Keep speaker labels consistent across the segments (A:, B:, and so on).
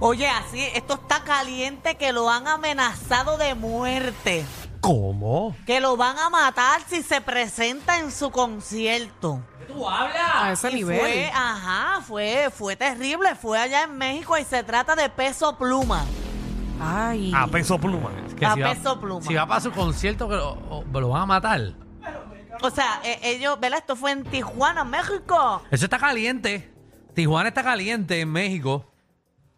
A: Oye, así, esto está caliente que lo han amenazado de muerte,
B: ¿Cómo?
A: que lo van a matar si se presenta en su concierto.
C: a ese
A: Y
C: nivel.
A: Fue, ajá, fue, fue terrible, fue allá en México y se trata de peso pluma.
C: Ay.
D: Ah,
B: A peso pluma.
E: Que
A: A
E: si va-
A: peso pluma.
E: Si va para su concierto, que lo, o- o- lo van a matar.
A: O sea, eh, ellos, ¿verdad? Esto fue en Tijuana, México.
E: Eso está caliente. Tijuana está caliente en México.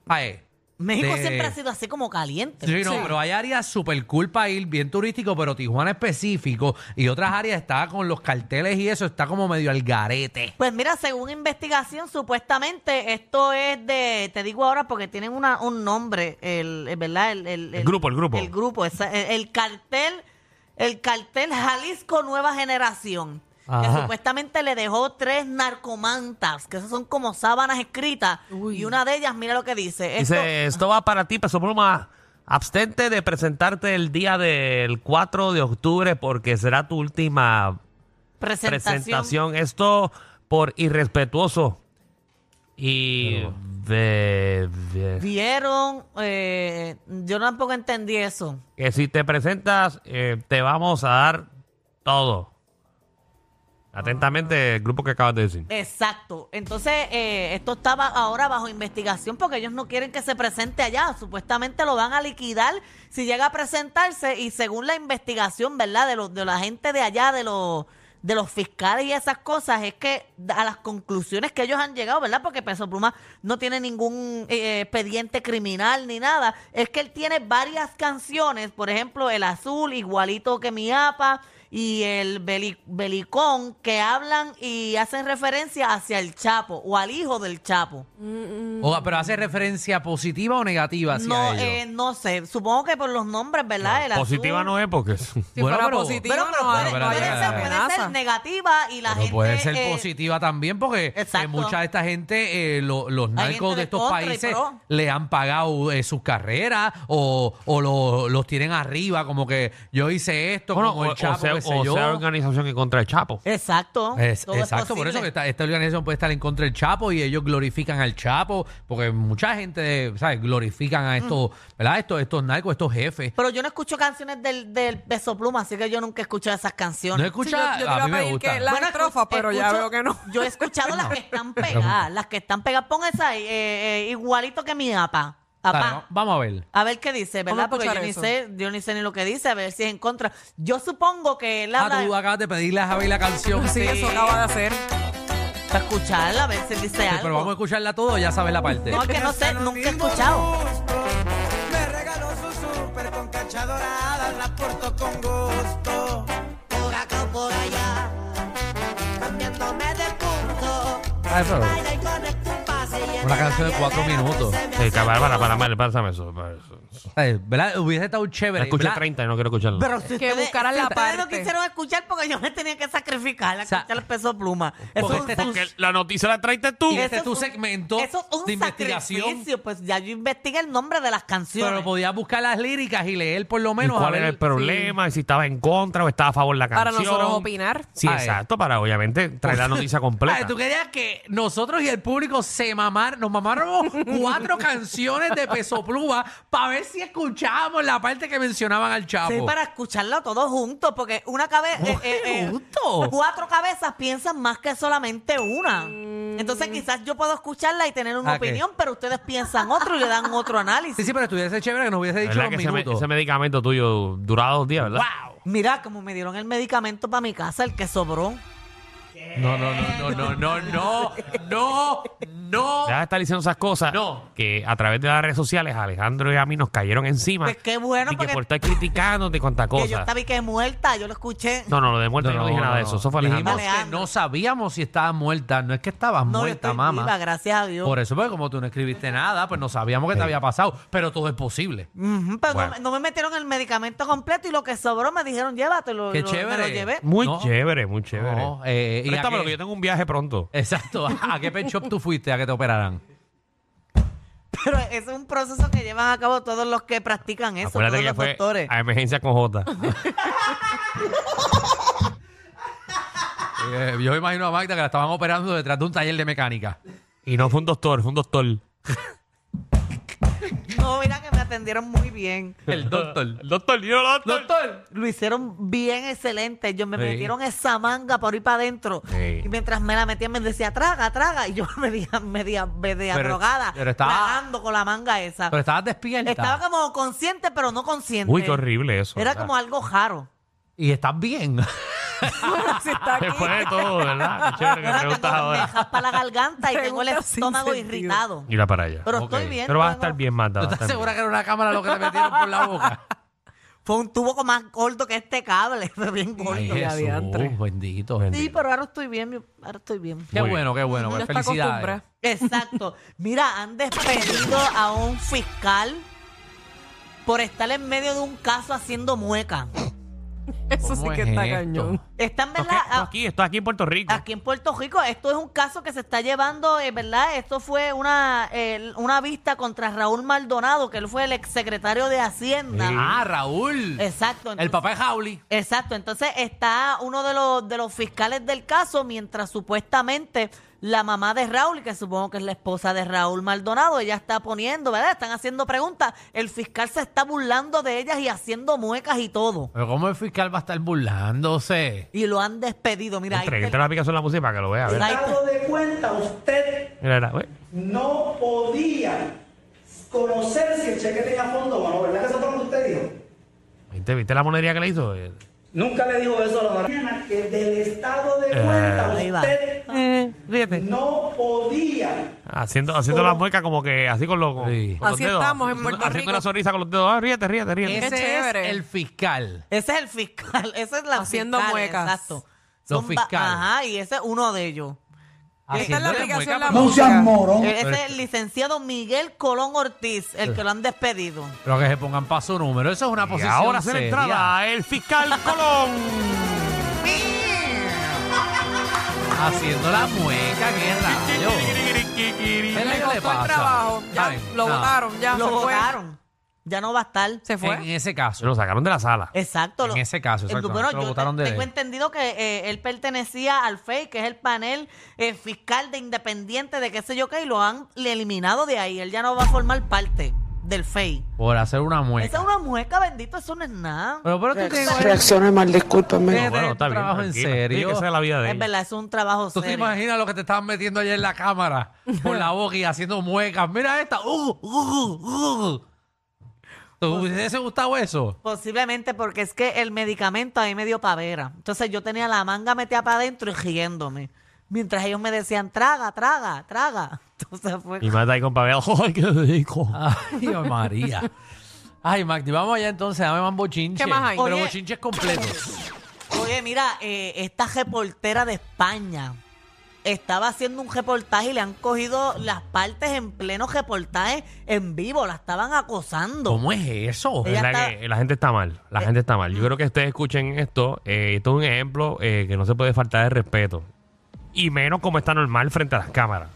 E: Ay,
A: México
E: de-
A: siempre ha sido así como caliente.
E: Sí, no, pero hay áreas super cool para ir, bien turístico, pero Tijuana específico y otras áreas está con los carteles y eso, está como medio al garete.
A: Pues mira, según investigación, supuestamente esto es de, te digo ahora porque tienen una, un nombre, el, el- ¿verdad? El, el- el-
B: grupo, el grupo.
A: El grupo, esa- el, el cartel, el cartel Jalisco Nueva Generación. Que
E: Ajá.
A: supuestamente le dejó tres narcomantas, que esas son como sábanas escritas. Y una de ellas, mira lo que dice. Esto,
D: Dice, esto va para ti, Peso Pluma. Abstente de presentarte el día del 4 de octubre porque será tu última
A: presentación.
D: presentación. Esto por irrespetuoso. Y... ve- ve-
A: Vieron, eh, yo tampoco entendí eso.
D: que si te presentas, eh, te vamos a dar todo. Atentamente, el grupo que acabas de decir.
A: Exacto. Entonces, eh, esto estaba ahora bajo investigación porque ellos no quieren que se presente allá. Supuestamente lo van a liquidar si llega a presentarse y según la investigación, ¿verdad? De, los de la gente de allá, de los de los fiscales y esas cosas, es que a las conclusiones que ellos han llegado, ¿verdad? Porque Peso Pluma no tiene ningún eh, expediente criminal ni nada, es que él tiene varias canciones, por ejemplo, El Azul, Igualito que mi apa, y el beli- belicón que hablan y hacen referencia hacia el Chapo o al hijo del Chapo.
E: O- pero hace referencia positiva o negativa hacia
A: Mm. No,
E: ellos.
A: eh, no sé, supongo que por los nombres, ¿verdad? El
D: Positiva
A: azul.
D: no es porque...
C: si
E: bueno,
C: fuera
E: pero-
C: positiva,
A: Pero, pero
C: no,
A: puede,
C: no,
E: pero,
A: puede
E: pero,
A: ser,
E: pero,
A: puede
C: amenaza.
A: ser negativa y la
E: Pero
A: gente...
E: puede ser
A: eh,
E: positiva también porque eh,
A: Exacto.
E: mucha de esta gente, eh, lo- los narcos
A: gente
E: de
A: de
E: estos
A: contra y
E: países
A: pro.
E: le han pagado eh, sus carreras o, o lo- los tienen arriba como que yo hice esto,
D: Bueno,
E: como
D: o,
E: el
D: o
E: Chapo,
D: sea,
E: qué sé
D: o
E: yo.
D: sea organización en contra del Chapo.
A: Exacto.
E: Es-
A: todo es
E: exacto, por eso
A: posible.
E: que esta, esta organización puede estar en contra del Chapo y ellos glorifican al Chapo porque mucha gente, ¿sabes? Glorifican a estos, ¿verdad? Estos, estos narcos, estos jefes.
A: Pero yo no escucho canciones del, del Peso Pluma, así que yo nunca he escuchado esas canciones.
E: No escucha,
C: Sí, yo- yo te iba
E: a mí
C: a
E: me
C: pedir
E: gusta.
C: que la- Las
A: escu-
C: estrofas, pero ya veo que no.
A: Yo he escuchado las que están pegadas, las que están pegadas. Pon esa ahí, eh, eh, igualito que mi apa. Apa.
E: Dale, va- vamos a ver.
A: A ver qué dice,
C: Vamos
A: ¿verdad? Porque
C: a
A: yo
C: escuchar
A: ni,
C: eso.
A: sé, yo ni sé ni lo que dice, a ver si es en contra. Yo supongo que él
E: Ah,
A: habla
E: tú acabas de pedirle a Javi la canción.
C: Sí,
E: Sí,
C: eso acaba de hacer.
A: para escucharla, a ver si él dice algo.
E: pero vamos a escucharla todo, ya sabes la parte.
A: No, es que no sé, nunca he escuchado.
F: Me regaló su súper con cancha dorada, la porto con gusto. Por acá o por allá, cambiándome de punto.
E: Ah, eso.
F: Baila y conecta un pase y en
E: Una
F: el
E: canción de
F: aire
E: cuatro
F: verá que
E: minutos.
F: se me
D: Eh,
F: hace
D: para, para, para, para, pásame eso. para eso.
E: Eh, ¿verdad? Hubiese estado chévere.
D: Escuché
E: ¿verdad?
D: 30 y no quiero escucharlo.
A: Pero si ustedes,
C: buscaran
A: si
C: la
A: ustedes no
C: parte.
A: quisieron escuchar porque yo me tenía que sacrificar a
E: sea,
A: escuchar el peso pluma. Eso
E: porque
A: es un
E: este-
A: sac-
D: Porque la noticia la traiste tú.
E: Y
A: eso
E: este es tu
A: es un-
E: segmento
A: eso es un
E: de investigación.
A: sacrificio, Pues ya yo investigué el nombre de las canciones.
E: Pero podías buscar las líricas y leer por lo
D: ¿Y
E: menos.
D: cuál
E: a ver-
D: era el problema? y Si estaba en contra o estaba a favor de la
C: Para
D: canción.
C: nosotros opinar.
D: Sí,
E: Ah,
D: exacto, para obviamente traer la noticia
E: Ah,
D: completa.
E: ¿Tú querías que nosotros y el público se mamar, nos mamaron cuatro canciones de Peso Pluma para ver si escuchábamos la parte que mencionaban al Chapo?
A: Sí, para escucharlo todos juntos, porque una cabeza.
E: Uy, juntos.
A: eh, cuatro cabezas piensan más que solamente una. Entonces, quizás yo puedo escucharla y tener una
E: Mm. Ah, ¿qué?
A: opinión, pero ustedes piensan otro y le dan otro análisis.
E: Sí, sí, pero estuviese chévere que nos hubiese dicho
D: ¿Verdad
E: los
D: que ese, me-
E: minutos.
D: ese medicamento tuyo duraba dos días, ¿verdad?
E: ¡Wow!
A: Mira, como me dieron el medicamento para mi casa, el que sobró.
E: No, no, no, no, no, no, no, no, no.
D: Deja de estar diciendo esas cosas
E: No.
D: que a través de las redes sociales Alejandro y a mí nos cayeron encima.
A: Pues qué bueno,
D: y que
A: porque-
D: por estar criticando de cuánta
A: Que yo
D: cosa.
A: estaba y que muerta, yo lo escuché.
D: No, no, lo de muerte yo no, dije nada de eso. Eso fue Alejandro.
E: Dijimos que
A: Alejandro.
E: no sabíamos si estabas muerta. No es que estabas
A: No, yo
E: muerta,
A: estoy
E: mamá.
A: viva, gracias a Dios.
E: Por e- eso, porque como tú no escribiste nada, pues no sabíamos que te había pasado. Pero todo es posible.
A: Ujú, pero no
D: Bueno.
A: me- no, me metieron el medicamento completo y lo que sobró me dijeron llévatelo.
E: Qué
A: y lo-
E: chévere.
A: Me lo llevé.
D: Muy
E: No.
D: chévere, muy chévere.
E: No, eh, y a
D: Préstamelo,
E: qué-
D: que yo tengo un viaje pronto.
E: Exacto. ¿A qué pet shop tú fuiste a que te operaran?
A: Pero es un proceso que llevan a cabo todos los que practican eso,
D: Acuérdate
A: todos
D: que ya
A: los
D: fue
A: doctores.
D: a emergencia con J.
E: Eh, yo imagino a Magda que la estaban operando detrás de un taller de mecánica.
D: y no fue un doctor, fue un doctor.
A: No, mira que me atendieron muy bien.
E: El doctor.
D: El doctor, yo no, doctor.
E: ¡Doctor!
A: Lo hicieron bien excelente. Yo me
E: Sí.
A: metieron esa manga por ahí para adentro.
D: Sí.
A: Y mientras me la metían, me decía, traga, traga. Y yo media, media, media
E: Pero-
A: drogada,
E: pero estaba-
A: tragando con la manga esa.
E: Pero estabas despierta.
A: Estaba como consciente, pero no consciente.
D: Uy, qué horrible eso.
A: Era
D: ¿verdad?
A: como algo raro.
E: Y estás bien.
C: Bueno, si está aquí.
D: Después de todo, ¿verdad? Qué chévere que
A: Ahora tengo
D: preguntas ahora.
A: lentejas para la garganta y tengo el
C: Preguntas sin
A: estómago
C: sentido.
A: irritado.
D: Mira para allá.
A: Pero
E: Ok.
A: estoy bien.
D: Pero vas a
A: tengo-
D: estar bien, Marta. vas
E: ¿Tú
D: a
E: estás
D: estar
E: segura que era una cámara lo que te metieron por la boca?
A: Fue un tubo con más gordo que este cable. Fue bien gordo.
E: Ay,
C: Ya, diantre.
E: Jesús, bendito,
A: Sí,
E: bendito.
A: pero ahora estoy bien. mi- Ahora estoy bien.
E: Qué
D: Muy
E: bueno, qué bueno. pues
C: Ya está
E: Felicidades.
C: acostumbrada.
A: Exacto. Mira, han despedido a un fiscal por estar en medio de un caso haciendo mueca.
C: Eso sí
E: ¿Cómo
C: que
E: es
C: está
E: esto?
C: cañón.
A: Están,
D: bien.
A: ¿verdad?
D: Esto
A: A-
D: aquí, esto aquí en Puerto Rico.
A: Aquí en Puerto Rico, esto es un caso que se está llevando, eh, ¿verdad? Esto fue una, eh, una vista contra Raúl Maldonado, que él fue el exsecretario de Hacienda.
E: Ah, Raúl.
A: Exacto.
E: El
A: entonces-
E: papá es Jauli.
A: Exacto, entonces está uno de los, de los fiscales del caso, mientras supuestamente la mamá de Raúl, que supongo que es la esposa de Raúl Maldonado, ella está poniendo, ¿verdad? Están haciendo preguntas, el fiscal se está burlando de ellas y haciendo muecas y todo.
E: Pero ¿cómo el fiscal va a estar burlándose?
A: Y lo han despedido, mira, ahí
D: Entre que
A: está
D: te
A: el-
D: la aplicación la música para que lo veas. a ver.
A: ahí está-
G: dado de cuenta, usted
D: Mira, mira, uy.
G: no podía conocer si el cheque tenía fondo o no, ¿verdad que eso fue lo que usted dijo?
D: ¿Viste, viste la monería que le hizo? Eh,
G: Nunca le dijo eso a la mañana que del estado de cuenta
A: ahí va.
G: usted
C: Eh,
D: Fíjate.
G: no podía
D: Haciendo, haciendo la mueca como que así con los, con-
E: Sí.
D: con los
C: Así
D: dedos.
C: estamos en Puerto
D: Así
C: Rico.
D: con una sonrisa con los dedos. Ah, ríete, ríete, ríete.
E: Ese
C: chévere.
E: es el fiscal.
A: Ese es el fiscal, esa es la
C: Haciendo
A: fiscal,
C: muecas.
A: Exacto.
E: Los
A: ba-
E: fiscales.
A: Ajá, y ese es uno de ellos.
C: Esta es la
E: Haciéndole
C: aplicación
E: mueca,
C: la
E: pero-
G: no seas morón.
A: Eh,
D: este-
A: Ese es el licenciado Miguel Colón Ortiz, el que lo han despedido.
E: Pero que se pongan para su número. Eso es una
D: Y
E: posición
D: ahora se le
E: seria.
D: entraba el fiscal Colón.
E: Haciendo la mueca, qué rayo. ¿Qué
C: Le
E: le
C: costó el
E: pasa?
C: trabajo. Ya,
E: Saben,
C: lo
E: nada.
C: votaron, ya.
A: Lo
C: se fue.
A: votaron. Ya no va a estar.
C: Se fue.
E: En ese caso.
D: Se lo sacaron de la sala.
A: Exacto.
E: En
A: lo-
E: ese caso,
A: el-
E: exactamente,
A: bueno,
E: lo
A: yo
E: votaron
A: te-
E: de-
A: tengo entendido que eh, él pertenecía al FEI, que es el panel eh, fiscal de independiente de qué sé yo qué, y lo han eliminado de ahí. Él ya no va a formar parte del FEI.
E: Por hacer una mueca.
A: Esa es una mueca, bendito, eso no es nada.
E: Pero, pero tú tienes
H: Reaccioné mal, discúlpame.
E: que tener
D: está
E: tu trabajo en
D: tranquila. Sí,
E: serio.
D: que esa es la vida de
A: Es
D: ella.
A: verdad, es un trabajo
E: ¿Tú te
A: serio.
E: imaginas lo que te estaban metiendo ayer en la cámara? Por la boca y haciendo muecas. Mira esta. Uh, uh, uh. ¿Te
C: Pues
E: hubiese gustado eso?
A: Posiblemente porque es que el medicamento a mí me dio pavera. Entonces yo tenía la manga metida para adentro y riéndome. Mientras ellos me decían, traga, traga, traga. Entonces fue...
D: Y mata ahí con Pavel. ¡Ay, qué rico!
E: Ay, Dios María. Ay, Magdi, vamos allá entonces. Dame más bochinches.
C: ¿Qué más hay?
E: Pero
A: Oye.
E: bochinches completos.
A: Oye, mira, eh, esta reportera de España estaba haciendo un reportaje y le han cogido las partes en pleno reportaje en vivo, la estaban acosando.
E: ¿Cómo es eso?
A: Ella
D: Es la,
A: está-
D: que la gente está mal, la gente está mal. Yo creo que ustedes escuchen esto. eh, esto es un ejemplo eh, que no se puede faltar de respeto. Y menos como está normal frente a las cámaras.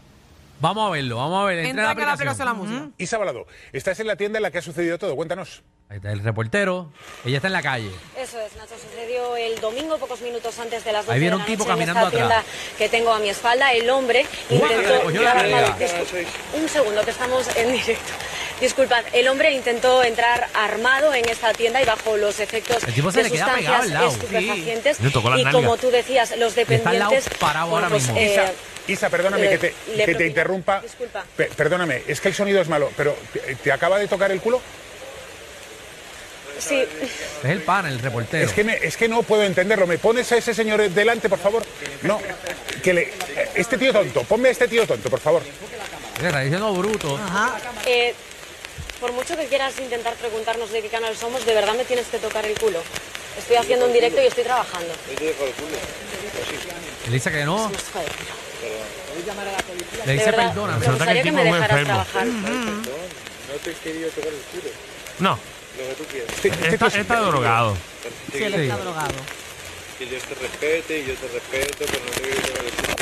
E: Vamos a verlo, vamos a ver. Entra,
C: Entra
E: en
C: que la aplicación la música.
I: Isa Balado, estás
H: Eh,
I: en la tienda en la que ha sucedido todo. Cuéntanos.
E: Ahí está el reportero. Ella está en la calle.
H: Eso es, Nacho, sucedió el domingo, pocos minutos antes de las 12
E: Ahí viene
H: de la
E: un tipo
H: noche, en
E: caminando
H: esta tienda
E: atrás.
H: que tengo a mi espalda. El hombre
E: Uy, le
H: intentó...
E: cogió la
H: grabar
E: realidad.
H: discul- un segundo, que estamos en directo. Disculpad, el hombre intentó entrar armado en esta tienda y bajo los efectos
E: El tipo se
H: de
E: le queda pegado
H: sustancias
E: al lado.
H: estupefacientes.
D: Sí. Le tocó la
H: y
D: nalga.
H: como tú decías, los
E: está al lado
H: dependientes...
E: parado ahora
H: bueno,
E: mismo.
H: eh,
I: Isa, Isa, perdóname
H: le-
I: que te,
H: le
I: que te
H: propinó.
I: interrumpa.
H: Disculpa.
I: Pe- perdóname, es que el sonido es malo, pero ¿te, te acaba de tocar el culo?
H: Sí,
E: Es el pana, el reportero.
I: Es que, me- es que no puedo entenderlo. ¿Me pones a ese señor delante, por favor? No. Que le, este tío tonto, ponme a este tío tonto, por favor.
E: Está diciendo bruto.
H: eh, por mucho que quieras intentar preguntarnos de qué canal somos, de verdad me tienes que tocar el culo. Estoy haciendo un directo y estoy trabajando.
E: Él dice que no. Le
H: De
E: dice
H: verdad,
E: perdona.
H: me gustaría que me dejaras trabajar.
J: No te he querido tocar el culo.
D: No.
J: Lo que tú quieras.
I: Este,
E: Este
D: Está, está drogado.
J: Sí, él está drogado. Que yo te respete y yo te respeto, pero no te quiero tocar el culo.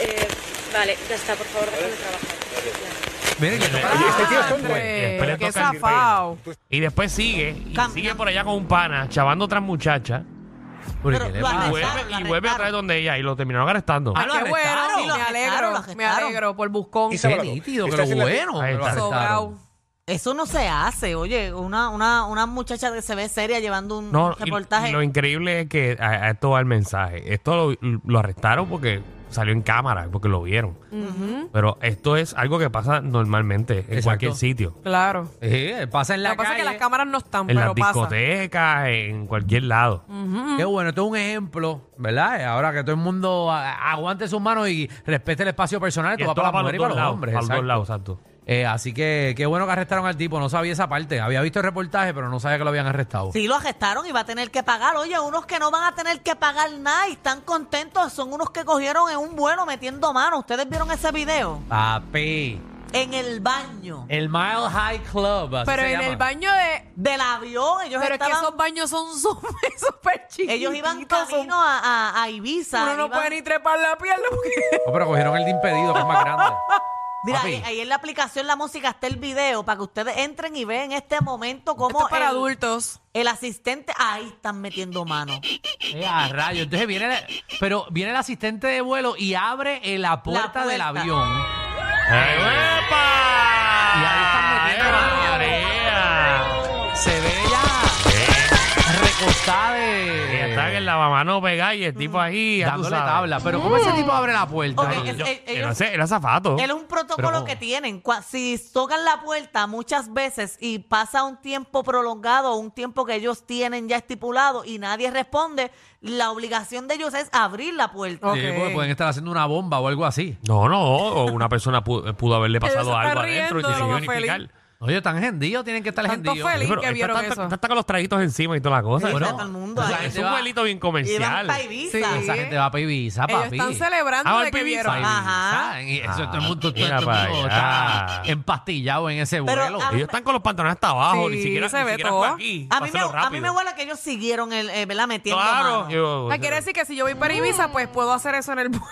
H: Eh, vale, ya está, por favor, déjame trabajar.
D: Miren, que toca-
I: Oye, este tío es tonto,
D: Después-
I: eh.
D: después le
I: Qué
D: toca el-
I: zafao.
D: Y después sigue, y sigue por allá con un pana, chavando a otras muchachas.
E: Pero
D: ¿qué le
E: lo
D: pasa? y
E: arrestaron,
D: vuelve, y vuelve a traer donde ella y lo terminaron arrestando.
E: Ah, lo
K: Qué bueno,
E: arrestaron.
K: me alegro, me alegro por buscón.
E: Qué nítido, pero bueno.
D: Ahí
E: que lo
D: está.
E: arrestaron.
A: Eso no se hace, oye, una, una, una muchacha que se ve seria llevando un
D: No,
A: un
D: y
A: reportaje.
D: lo increíble es que a, a esto va el mensaje. Esto lo, lo arrestaron porque salió en cámara, porque lo vieron.
K: Ujú,
D: Pero esto es algo que pasa normalmente en cualquier sitio.
K: Claro.
E: Sí, pasa en
K: Lo
E: la
K: que pasa es que
E: calle.
K: las cámaras no están,
D: En
K: pero
D: las
K: pasa.
D: discotecas, en cualquier lado.
K: Ujú.
E: Qué bueno, esto es un ejemplo, ¿verdad? Eh, Ahora que todo el mundo a- aguante sus manos y respete el espacio personal,
D: Y
E: esto va
D: esto va
E: para las
D: para los
E: mujeres y
D: dos
E: para los
D: lados.
E: hombres.
D: para los dos
E: exacto.
D: lados, exacto.
E: Eh, así que qué bueno que arrestaron al tipo, no sabía esa parte. Había visto el reportaje, pero no sabía que lo habían arrestado.
A: Sí, lo arrestaron y va a tener que pagar. Oye, unos que no van a tener que pagar nada y están contentos son unos que cogieron en un vuelo metiendo mano. ¿Ustedes vieron ese video?
E: Papi,
A: En el baño.
E: el Mile High Club. así
K: Pero
E: se
K: en
E: llama.
K: el baño de...
A: Del avión. Ellos
K: pero es
A: estaban-
K: que esos baños son súper súper chiquitos.
A: Ellos iban camino a, a- a Ibiza.
K: Uno no
A: iban-
K: puede ni trepar la pierna porque...
E: No, pero cogieron el de impedido, que es más grande.
A: Mira,
E: Papi.
A: ahí, ahí en la aplicación La Música está el video para que ustedes entren y vean en este momento cómo
K: Esto es para
A: el,
K: adultos.
A: el asistente... Ahí están metiendo mano.
E: Eh, a rayos. Entonces viene, la- pero viene el asistente de vuelo y abre eh, la, puerta del
A: puerta.
E: avión.
D: ¡Epa!
E: Y ahí
D: Ah,
E: están
D: ¡Eh,
E: metiendo la Se ve ya recostada
D: Y
E: de.
D: Eh. está en el lavamano pegada y el tipo ahí. ya tú
E: dándole
D: sabes.
E: tabla. Pero ¿cómo ese tipo abre la puerta?
A: Ok,
E: Yo-
A: es-
E: yo-
A: eh,
D: Él
A: ellos-
D: hace- él hace zafato.
A: Él es un protocolo
D: Pero- oh.
A: que tienen. Cua- Si tocan la puerta muchas veces y pasa un tiempo prolongado, un tiempo que ellos tienen ya estipulado y nadie responde, la obligación de ellos es abrir la
D: Oh.
A: puerta.
E: Sí, porque pueden estar haciendo una bomba o algo así.
D: No, no, o una persona pu- eh, pudo, haberle
K: Él
D: pasado
K: se está
D: algo adentro y
K: riendo de
D: decidió
K: lo
D: ni
K: más feliz.
D: picar.
E: No, ellos están gendidos, tienen que estar
K: Tanto
E: gendidos.
K: feliz
D: Pero
K: que
D: esto
K: vieron
D: está,
K: eso.
D: está con los traguitos encima y toda la cosa.
A: Sí,
D: Bueno,
A: está todo el mundo
D: o sea,
A: ahí.
D: es
E: gente
D: un
E: va-
D: vuelito bien comercial.
A: Iban pa' Ibiza.
E: Esa gente va a Ibiza,
K: Ellos
E: papi.
K: están celebrando
D: Ah,
K: de que
D: Ibiza.
K: vieron.
D: Ibiza.
K: Ajá.
E: Y eso,
D: Ah,
E: todo el mundo, todo
D: mira
E: el
D: pa'
E: mundo
D: allá.
E: está empastillado en ese
A: Pero,
E: vuelo.
A: ah,
D: Ellos están con los pantalones hasta abajo,
K: Sí,
D: ni siquiera,
K: se
D: ni
K: ve
D: siquiera
K: todo.
D: fue aquí.
A: A mí, me,
D: Pásenlo
A: a mí me
D: rápido.
A: huele que ellos siguieron el, eh, ¿verdad? Metiendo
D: Claro.
A: mano.
D: yo-
K: Ah, quiere decir que si yo voy para Ibiza, pues puedo hacer eso en el vuelo.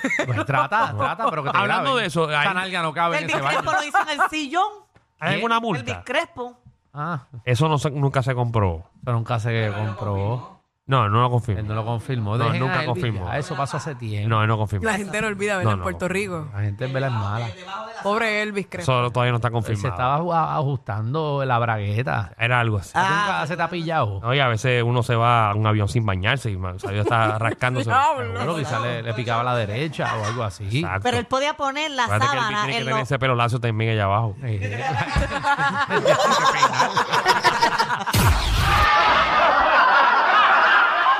E: Pues trata, trata, pero que te
D: Hablando
E: graben.
D: de eso, hay-
E: Esta nalga no cabe
A: El
E: en ese baño.
A: discrepo lo hizo en el sillón,
D: ¿Hay alguna
A: el
D: multa?
A: discrepo.
E: Ah,
D: Eso no se- nunca se comprobó.
E: eso nunca se comprobó.
D: No, no lo
E: Él
D: confirmo.
E: no lo confirmó.
D: No,
E: Dejen
D: nunca
E: a Elvis
D: confirmó.
E: ya, Eso pasó hace tiempo.
D: No, él no confirmo.
K: La gente no olvida verlo
D: No,
K: en
D: no.
K: Puerto Rico.
E: La gente en vela es mala.
K: Pobre Elvis, creo.
D: Eso todavía no está
E: Él se
D: confirmado.
E: estaba a- ajustando la bragueta.
D: Era algo así.
E: Nunca se te ha pillado.
D: Oye, a veces uno se va a un avión sin bañarse y ma- o sea, yo estaba rascándose.
K: Diablo.
E: Bueno, quizás le, le picaba la derecha o algo así.
D: Exacto.
A: Pero él podía poner la
D: Acuérdate que el
A: sábana
D: tiene que
A: en
D: tener
A: los...
D: ese pelo lacio también allá abajo.
E: Eh,